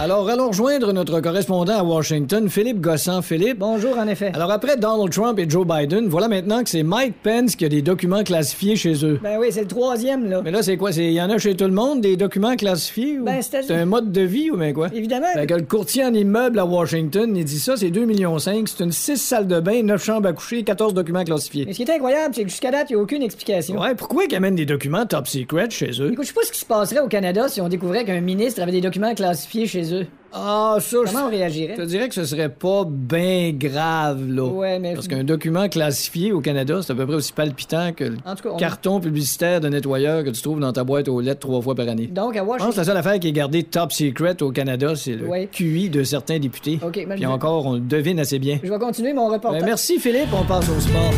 G: Alors, allons rejoindre notre correspondant à Washington, Philippe Gossan. Philippe,
F: Bonjour, en effet.
G: alors après Donald Trump et Joe Biden, voilà maintenant que c'est Mike Pence qui a des documents classifiés chez eux.
F: Ben oui, c'est le troisième, là.
G: Mais là, c'est quoi? Il y en a chez tout le monde, des documents classifiés? ou-
F: Ben, c'est-à-dire-
G: un mode de vie ou bien quoi?
F: Évidemment.
G: Fait que le courtier en immeuble à Washington, il dit ça, c'est 2,5 millions. C'est une 6 salles de bain, 9 chambres à coucher, 14 documents classifiés.
F: Mais ce qui est incroyable, c'est que jusqu'à date, il n'y a aucune explication.
G: Ouais, pourquoi ils amènent des documents top secret chez eux?
F: Écoute, je sais pas ce qui se passerait au Canada si on découvrait qu'un ministre avait des documents classifiés chez eux.
G: Ah, ça, je-
F: Comment on réagirait?
G: je te dirais que ce serait pas bien grave, là.
F: Ouais, mais-
G: Parce qu'un document classifié au Canada, c'est à peu près aussi palpitant que le
F: En tout cas, on-
G: carton publicitaire de nettoyeur que tu trouves dans ta boîte aux lettres trois fois par année.
F: Donc, à
G: Je pense que
F: Washington.
G: la seule affaire qui est gardée top secret au Canada, c'est le
F: Ouais.
G: QI de certains députés.
F: Ok, mais
G: Puis
F: je-
G: encore, on le devine assez bien.
F: Je vais continuer mon reportage.
G: Ben, merci Philippe, on passe au sport.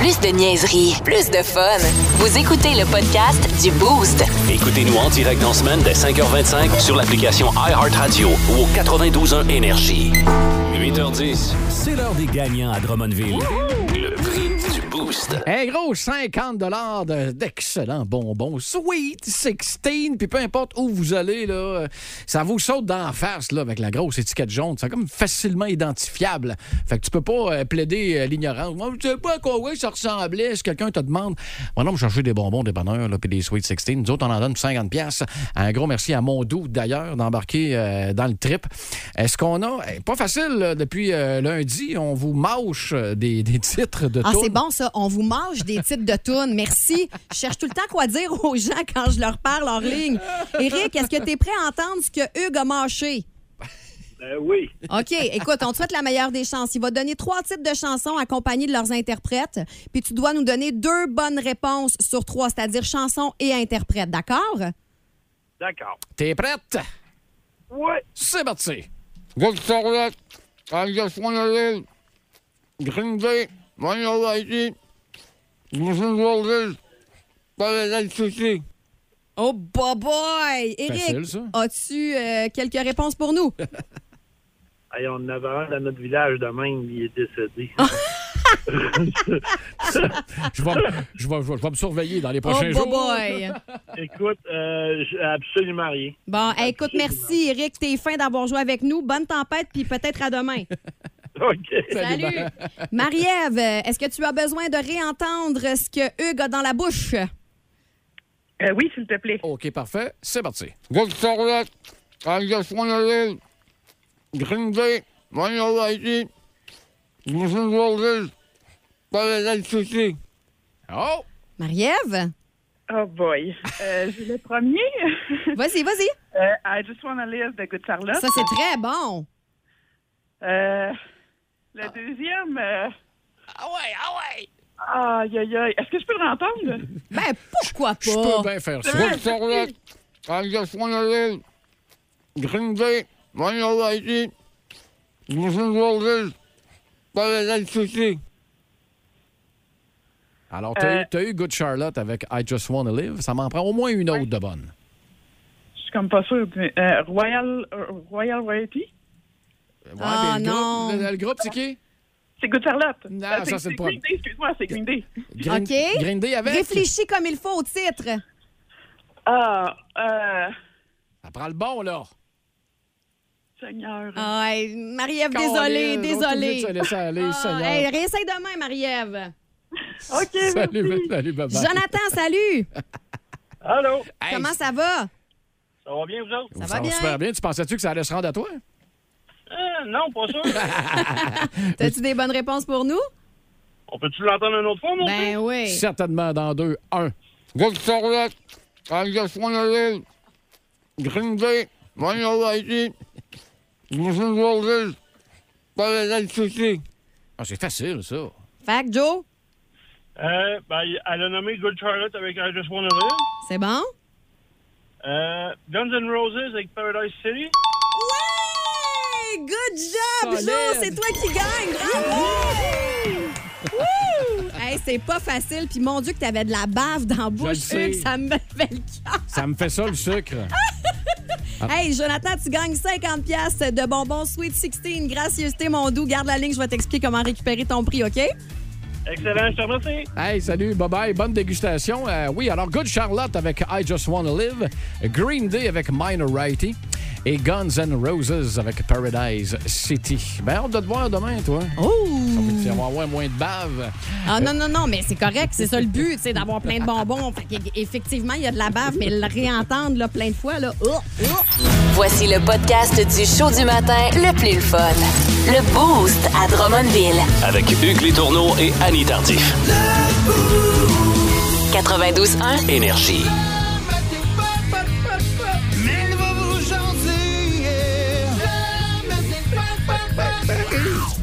C: Plus de niaiserie, plus de fun. Vous écoutez le podcast du Boost.
D: Écoutez-nous en direct dans la semaine dès 5h25 sur l'application iHeartRadio ou au 92.1 Énergie. 8h10, c'est l'heure des gagnants à Drummondville. Le prix du Boost.
A: Un gros 50 de- d'excellents bonbons. Sweet 16. Puis peu importe où vous allez, là, euh, ça vous saute dans la face là, avec la grosse étiquette jaune. C'est comme facilement identifiable. Fait que tu peux pas euh, plaider euh, l'ignorance. Moi, je sais pas à quoi ouais, ça ressemblait. Si quelqu'un te demande, mon homme, chercher des bonbons, des bonheurs, là, puis des Sweet 16. Nous autres, on en donne pour 50 pièces. Un gros merci à Mondou, d'ailleurs, d'embarquer euh, dans le trip. Est-ce qu'on a... eh, Pas facile, là, depuis euh, lundi, on vous mâche euh, des, des titres de
B: Ah,
A: tourne.
B: c'est bon, ça. On vous mange des titres de tunes. Merci. Je cherche tout le temps quoi dire aux gens quand je leur parle en ligne. Eric, est-ce que tu es prêt à entendre ce que Hugues a mâché? oui. OK. Écoute, on te souhaite la meilleure des chances. Il va donner trois types de chansons accompagnées de leurs interprètes. Puis tu dois nous donner deux bonnes réponses sur trois, c'est-à-dire chansons et interprètes. D'accord?
A: T'es prête? Oui. C'est parti.
B: Oh, boy, boy! Eric,
A: Facile, ça.
B: as-tu euh, quelques réponses pour nous?
I: Hey, on en avait un dans notre village de même, il est décédé.
A: Je vais, je, vais, je, vais, je vais me surveiller dans les
B: Oh,
A: prochains
B: boy,
A: jours.
B: boy!
I: Écoute, euh, j'ai absolument rien.
B: Bon, hey, écoute, merci, Eric. T'es fin d'avoir joué avec nous. Bonne tempête, puis peut-être à demain.
I: OK.
B: Salut. Marie-Ève, euh, est-ce que tu as besoin de réentendre ce que Hugues a dans la bouche?
J: Ben oui, s'il te plaît.
A: OK, parfait. C'est parti. Oh!
B: Marie-Ève?
J: Oh boy. Euh, je le premier.
B: Vas-y, vas-y.
J: Euh, I just want to live de Good Charlotte.
B: Ça, c'est très bon.
J: Euh, le deuxième. euh,
A: Ah ouais, ah ouais!
J: Aïe, aïe, aïe. Est-ce que je peux le rentendre?
B: Ben, pourquoi pas?
A: Je peux bien faire ça.
J: Ouais.
A: Alors, t'as eu- t'as eu Good Charlotte avec I Just Wanna Live. Ça m'en prend au moins une autre de bonne.
J: Je suis comme pas sûre. mais, euh, Royal, euh, Royal Royalty?
A: Ouais,
B: Ah,
A: mais le
B: non.
A: Groupe, le, le groupe, c'est qui?
J: C'est Good Charlotte.
A: Non,
J: Euh,
A: ça, c'est
J: Green
A: le problème.
J: Day, excuse-moi, c'est Green Day.
A: Green,
B: OK.
A: Green Day avec?
B: Réfléchis comme il faut au titre.
J: Ah, euh,
A: Ça prend le bon, là.
J: Seigneur.
B: Ah, hey, Marie-Ève, désolée,
A: Colin, on est obligé de se
B: désolée.
A: laisser aller,
B: Ah,
A: Seigneur.
B: hey, réessaye demain, Marie-Ève.
J: OK,
A: Salut, ben,
J: merci.
A: salut, bye-bye.
B: Jonathan, salut.
I: Allô?
A: Hey,
B: Comment ça va?
I: Ça va bien, vous autres?
A: Ça
B: Ça va
A: va
B: bien?
A: super bien. Tu pensais-tu que ça allait se rendre à toi?
I: Euh, non, pas sûr.
B: T'as-tu des bonnes réponses pour nous?
I: On peut-tu l'entendre une autre fois, mon
B: Ben oui.
A: Certainement dans deux. Un.
K: Good Charlotte, I just wanna live. Green Day, my ID. Listen to this. Paradise City.
A: Ah, c'est facile, ça.
B: Fac, Joe,
I: Euh, ben, elle a nommé Good Charlotte avec I Just Wanna Live.
B: c'est bon?
I: Euh, Guns N' Roses avec Paradise City.
B: Ouais! Good job,
A: Solide.
B: Joe! C'est toi qui gagne! Bravo! Wouh! Hey, c'est pas facile, puis mon Dieu que t'avais de la bave dans la
A: le
B: bouche,
A: sais.
B: Hugues, ça me fait le cœur.
A: Ça me fait ça, le sucre. Ah.
B: Hey, Jonathan, tu gagnes 50 pièces de bonbons Sweet 16. Gracieuseté, mon doux. Garde la ligne, je vais t'expliquer comment récupérer ton prix, OK?
I: Excellent, je te remercie.
A: Hey, salut, bye-bye. Bonne dégustation. Euh, oui, alors, Good Charlotte avec I Just Wanna Live. Green Day avec Minority. Et Guns N' Roses avec Paradise City. Ben, hâte de te voir demain, toi. Ça
B: Oh!
A: veut dire avoir moins de bave.
B: Ah non, non, non, mais c'est correct. C'est ça le but, c'est d'avoir plein de bonbons. Fait que, effectivement, il y a de la bave, mais le réentendre là, plein de fois, là, oh, oh.
C: Voici le podcast du show du matin le plus fun. Le Boost à Drummondville.
D: Avec Hugues Létourneau et Annie Tardif.
C: 92.1.
D: Énergie.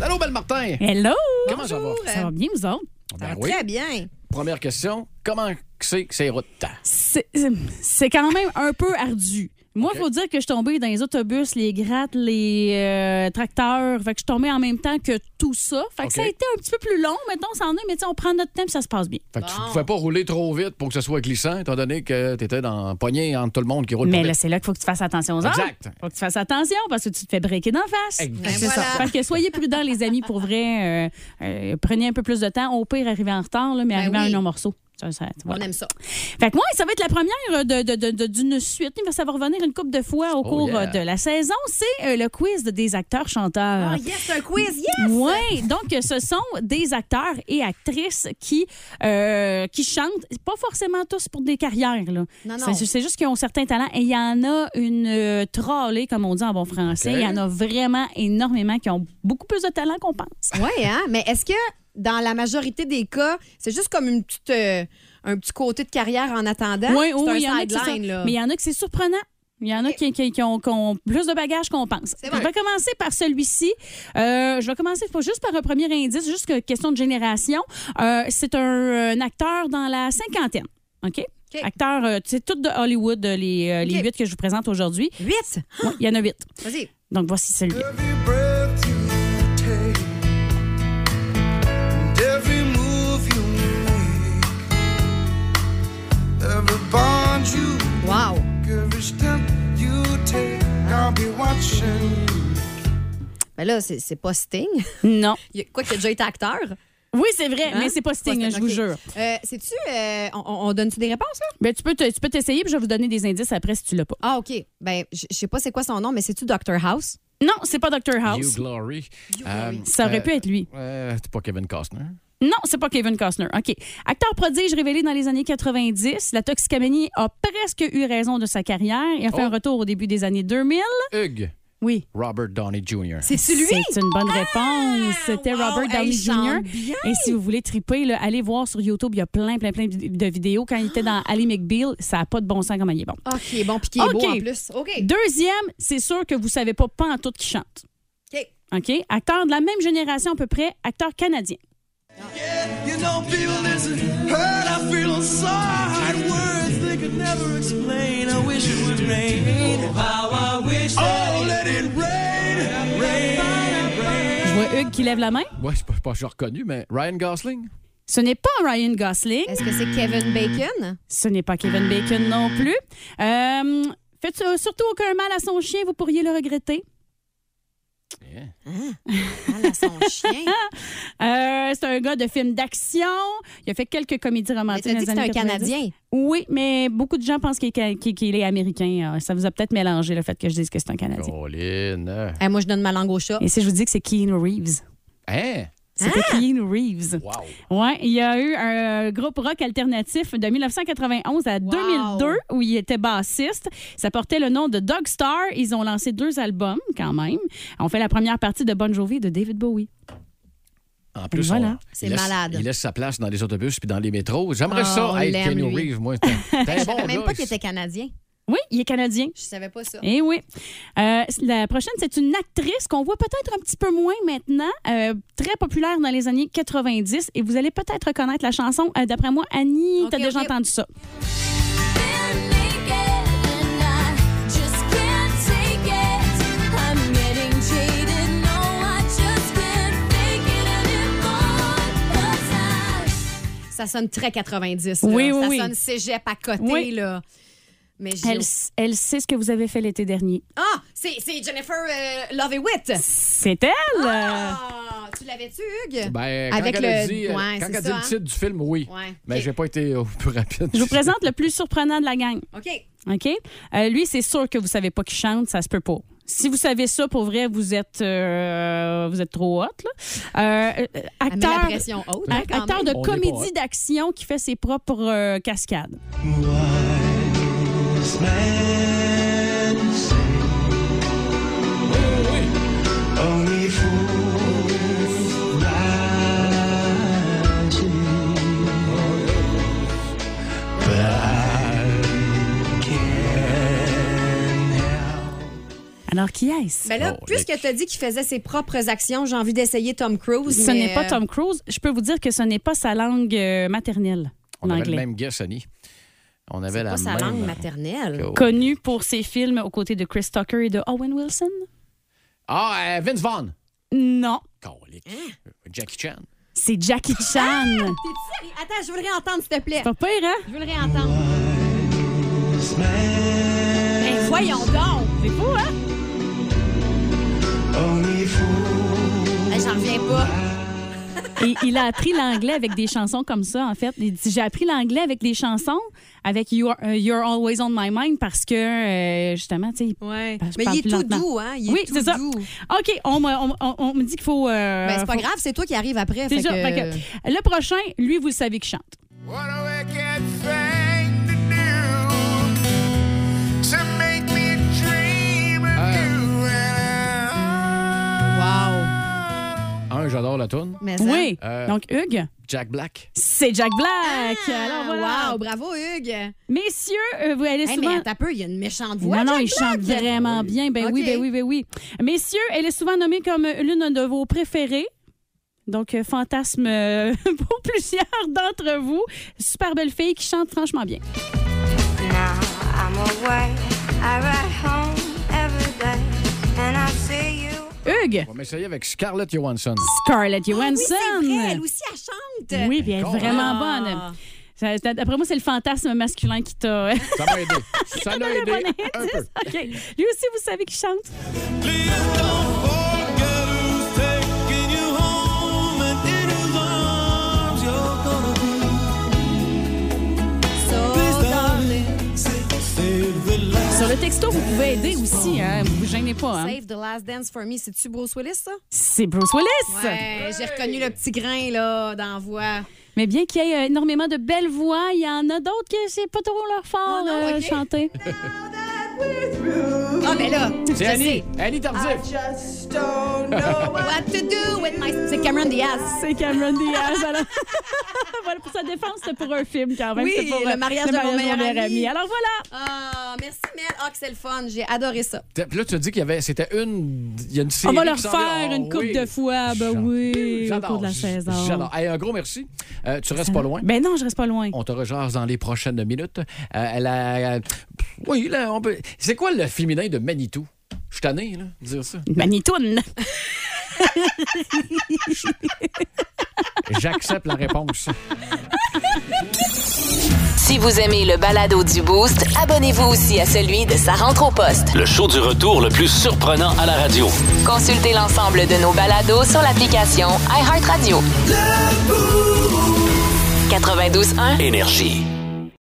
A: Allô, Belle Martin.
L: Hello!
A: Comment ça va?
B: Bonjour.
L: Ça va bien, vous autres?
A: Ben
B: Ah,
A: oui.
B: Très bien.
A: Première question. Comment c'est que c'est routes?
L: C'est c'est quand même un peu ardu. Moi, il faut dire que je suis tombée dans les autobus, les grattes, les euh, tracteurs. Fait que je suis tombée en même temps que tout ça. Fait que ça a
A: OK.
L: été un petit peu plus long. Maintenant, ça en est, mais tu sais, on prend notre temps et ça se passe bien.
A: Fait que tu pouvais pas rouler trop vite pour que ce soit glissant, étant donné que t'étais dans pogné entre tout le monde qui roule pas
L: Mais
A: vite.
L: là, c'est là qu'il faut que tu fasses attention aux autres.
A: Exact.
L: faut que tu fasses attention parce que tu te fais breaker d'en face.
A: Exact.
L: Fait que c'est
B: Ben
L: ça.
B: voilà.
L: Fait que soyez prudents, les amis, pour vrai. Euh, euh, prenez un peu plus de temps. Au pire, arrivez en retard, là, mais
B: Ben
L: arrivez
B: oui.
L: en un morceau. Ça, ça- voilà.
B: On aime ça.
L: Fait que moi, ça va être la première de- de- de- de- d'une suite. Mais Ça va revenir une couple de fois au
A: Oh,
L: cours
A: yeah.
L: euh, de la saison. C'est euh, le quiz des acteurs-chanteurs.
B: Ah, yes, un quiz, yes!
L: Oui, donc euh, ce sont des acteurs et actrices qui, euh, qui chantent, pas forcément tous pour des carrières. Là.
B: Non, non.
L: C'est, c'est juste qu'ils ont certains talents et il y en a une euh, trollée, comme on dit en bon français.
A: OK.
L: Il y en a vraiment énormément qui ont beaucoup plus de talent qu'on pense.
B: Oui, hein? Mais est-ce que dans la majorité des cas, c'est juste comme une petite, euh, un petit côté de carrière en attendant?
L: Oui,
B: Hein? C'est
L: oui,
B: un
L: il y en a qui
B: sideline, là.
L: Mais il y en a que c'est surprenant. Il y en a qui, qui- qui ont, qui ont plus de bagages qu'on pense.
B: C'est vrai.
L: Je vais commencer par celui-ci. Euh, je vais commencer pas juste par un premier indice, juste que- question de génération. Euh, c'est un, un acteur dans la cinquantaine. OK?
B: OK.
L: Acteur, euh, c'est tout de Hollywood, euh, les, euh, les
B: OK.
L: huit que je vous présente aujourd'hui.
B: Huit!
L: Ouais, Il y en a huit.
B: Vas-y.
L: Donc, voici celui
B: Wow! Mais là, c'est c'est pas Sting.
L: Non.
B: Il y a- Quoi qu'il a déjà été acteur.
L: Oui, c'est vrai,
B: Hein?
L: mais c'est pas Sting,
B: Pas
L: je vous
B: ok.
L: jure.
B: Euh, Sais-tu, euh, on- on, on donne-tu des réponses, là?
L: Ben, tu peux te- tu peux t'essayer, puis je vais vous donner des indices après si tu l'as pas.
B: Ah, OK. Ben, je je sais pas c'est quoi son nom, mais c'est-tu Dr. House?
L: Non, c'est pas Dr.
A: You
L: House.
A: Glory. Euh,
L: Ça aurait pu être lui.
A: euh, c'est pas Kevin Costner.
L: Non, c'est pas Kevin Costner. OK. Acteur prodige révélé dans les années 90, la toxicomanie a presque eu raison de sa carrière et a fait
A: Oh.
L: un retour au début des années 2000.
A: Hugues.
L: Ah. Oui.
A: Robert Downey Jr.
L: C'est celui? C'est une bonne
B: Ah!
L: réponse. C'était
B: wow,
L: Robert
B: hey,
L: Downey
B: il
L: Jr.
B: chante bien.
L: Et si vous voulez triper, là, allez voir sur YouTube, il y a plein, plein, plein de vidéos. Quand il était dans Ali McBeal, ça n'a pas de bon sens comment il est bon.
B: OK, bon, puis qui est
L: OK.
B: beau en plus. OK.
L: Deuxième, c'est sûr que vous savez pas pas en tout qui chante.
B: OK.
L: OK? Acteur de la même génération à peu près, acteur canadien.
M: You know, people, this is hurt I feel inside. Words they could never explain. I wish it would rain. Oh, how I wish that oh, let it rain. Rain, rain.
L: Je vois Hugues qui lève la main.
A: Ouais, c'est pas, pas j'ai reconnu, mais Ryan Gosling?
L: Ce n'est pas Ryan Gosling.
B: Est-ce que c'est Kevin Bacon?
L: Ce n'est pas Kevin Bacon non plus. Euh, faites euh, surtout aucun mal à son chien, vous pourriez le regretter.
B: Mal à son chien.
L: Euh, c'est un gars de films d'action. Il a fait quelques comédies romantiques.
B: Mais t'as dit
L: dans
B: que
L: les
B: c'est un
L: années 90.
B: Canadien.
L: Oui, mais beaucoup de gens pensent qu'il est, qu'il- qu'il est américain. Euh, Ça vous a peut-être mélangé le fait que je dise que c'est un Canadien.
A: Colin. euh,
B: Eh, moi, je donne ma langue au chat.
L: Et si je vous dis que c'est Keanu Reeves?
A: Hein?
L: C'était Keanu Reeves.
A: Wow.
L: Ouais, il y a eu un euh, groupe rock alternatif de 1991 à 2002 où il était bassiste. Ça portait le nom de Dog Star. Ils ont lancé deux albums quand même. On fait la première partie de Bon Jovi et de David Bowie.
A: En plus,
L: Voilà.
A: on- il
L: C'est
A: laisse-
L: malade.
A: Il laisse sa place dans les autobus puis dans les métros. J'aimerais
B: Ah, on
A: ça être
B: l'aime,
A: Keanu
B: lui.
A: Reeves, moi. T'es t'es un
B: Je
A: bon
B: savais même
A: gars,
B: pas qu'il était Canadien.
L: Oui, il est canadien.
B: Je savais pas ça.
L: Eh oui. Euh, la prochaine, c'est une actrice qu'on voit peut-être un petit peu moins maintenant, euh, très populaire dans les années 90. Et vous allez peut-être reconnaître la chanson. Euh, D'après moi, Annie, t'as déjà entendu ça.
B: Ça sonne très 90. là.
L: Oui, oui,
B: Ça
L: oui.
B: sonne cégep à côté,
L: Oui.
B: là. Mais j'ai-
L: Elle, s- elle sait ce que vous avez fait l'été dernier.
B: Ah, c'est c'est Jennifer euh, Love Hewitt.
L: C'est elle!
B: Ah, tu l'avais-tu, Hugues?
A: Ben, quand
B: Avec
A: elle a
B: le.
A: dit, euh,
B: ouais,
A: quand
B: c'est
A: elle a dit
B: ça,
A: le
B: hein?
A: titre du film, oui.
B: Ouais.
A: Mais j'ai pas été au plus rapide.
L: Je vous présente le plus surprenant de la gang.
B: OK.
L: OK? Euh, lui, c'est sûr que vous savez pas qui chante, ça se peut pas. Si vous savez ça, pour vrai, vous êtes, euh, vous êtes trop hot. Là. Euh, euh,
B: Elle met Ah, la
L: acteur,
B: pression haute,
L: a-
B: hein, quand
L: acteur
B: même.
L: de
B: On est pas
L: comédie
B: hot.
L: d'action qui fait ses propres euh, cascades.
M: This man sing. Only fools rush in. But I can't
L: Alors, qui est-ce?
B: Ben
A: Oh,
B: là, puisque tu as dit qu'il faisait ses propres actions, j'ai envie d'essayer Tom Cruise.
L: Ce
B: mais,
L: n'est pas
B: euh,
L: Tom Cruise. Je peux vous dire que ce n'est pas sa langue euh, maternelle,
A: On avait le
L: l'anglais.
A: même gars, Sonny. On avait la
B: pas sa
A: même. Oh.
B: langue maternelle.
L: Connu pour ses films aux côtés de Chris Tucker et de Owen Wilson?
A: Ah, euh, Vince Vaughn.
L: Non.
A: Colique. Euh, Jackie Chan.
L: C'est Jackie Chan.
B: T'es-tu sérieux? Attends, je veux le réentendre, s'il te plaît.
L: Pas pire, hein?
B: Je veux le réentendre. Mais voyons donc!
L: C'est fou, hein?
M: Only fools
B: Hey, J'en reviens pas.
L: Et il a appris l'anglais avec des chansons comme ça, en fait. Il dit J'ai appris l'anglais avec des chansons, avec you are, euh, You're Always on My Mind, parce que, euh, justement, tu sais. il-
B: Ouais.
L: parce-
B: Mais
L: parle
B: il est
L: plus
B: tout
L: lentement.
B: doux, hein? Il est
L: oui,
B: tout
L: c'est ça.
B: doux.
L: OK, on, me- on- on- on me dit qu'il faut. euh,
B: Ben, c'est pas
L: faut-
B: grave, c'est toi qui arrives après.
L: C'est
B: fait
L: ça.
B: que-
L: Fait que le prochain, lui, vous le savez qui chante.
M: What a wicked thing to do to make me dream of
A: Euh,
M: you
B: Wow.
A: Un, j'adore la toune.
B: Mais ça-
L: Oui.
A: Euh,
L: Donc, Hugues,
A: Jack Black.
L: c'est Jack Black.
B: Ah,
L: Alors, voilà.
B: Wow, bravo, Hugues.
L: Messieurs, euh, vous allez
B: Hey,
L: souvent.
B: mais attends un peu, il y a une méchante voix.
L: Non, non,
B: Jack
L: il chante
B: Black.
L: vraiment bien. Ben oui,
B: Ok.
L: ben oui, ben oui. Messieurs, elle est souvent nommée comme l'une de vos préférées. Donc, euh, fantasme euh, pour plusieurs d'entre vous. Super belle fille qui chante franchement bien.
N: Now I'm away. I ride home every day and I see you.
L: Hugues.
A: On va m'essayer avec Scarlett Johansson.
L: Scarlett
B: Ah Oui,
L: Johansson.
B: c'est vrai, elle aussi, elle chante.
L: Oui, puis elle est
A: Con, hein?
L: vraiment
B: Ah.
L: bonne. Ça- ça- D'après moi, c'est le fantasme masculin qui t'a.
A: Ça m'a aidé. Ça l'a aidé.
L: donné un
A: Un peu.
L: indice. OK. Lui aussi, vous savez qui chante.
M: taking you home and in whose arms you're gonna be. Please, darling, save the last
L: Sur le texto, vous pouvez aider aussi. Hein. Vous vous gênez pas. hein.
B: Save the last dance for me. C'est-tu Bruce Willis, ça?
L: C'est Bruce Willis.
B: Ouais, j'ai reconnu le petit grain, là, dans la voix.
L: Mais bien qu'il y ait euh, énormément de belles voix, il y en a d'autres que c'est pas trop leur fort
B: Ah non,
L: euh,
B: ok.
L: chanter.
B: Ah, mais là,
A: C'est
B: je
A: Annie.
B: sais.
A: Annie
L: Ah,
A: Tardif.
B: What to do with my... C'est Cameron Diaz.
L: C'est Cameron Diaz. Voilà. Voilà, pour sa défense, c'est pour un film quand même.
B: Oui,
L: C'est pour
B: le
L: euh,
B: mariage de mon meilleur ami.
L: Alors voilà.
B: Ah, merci, Mel. Ah, que c'est le fun. J'ai adoré ça.
A: T'as- Puis là, tu as dit qu'il y avait. C'était une. Il y a une série.
L: On va leur
A: qui s'en vient.
L: faire
A: Oh,
L: une coupe
A: oui.
L: de fois, ben oui, au
A: J'adore.
L: cours de la saison.
A: J'adore. Hey, un gros merci. Euh, tu restes pas loin.
L: Ben non, je reste pas loin.
A: On te rejase dans les prochaines minutes. Euh, elle a- Oui, là, on peut. C'est quoi le féminin de Manitou? Je suis tanné, là, de dire ça.
L: Manitoune.
A: J'accepte la réponse.
C: Si vous aimez le balado du Boost, abonnez-vous aussi à celui de Sa rentre au poste.
D: Le show du retour le plus surprenant à la radio.
C: Consultez l'ensemble de nos balados sur l'application iHeartRadio. 92.1
D: Énergie.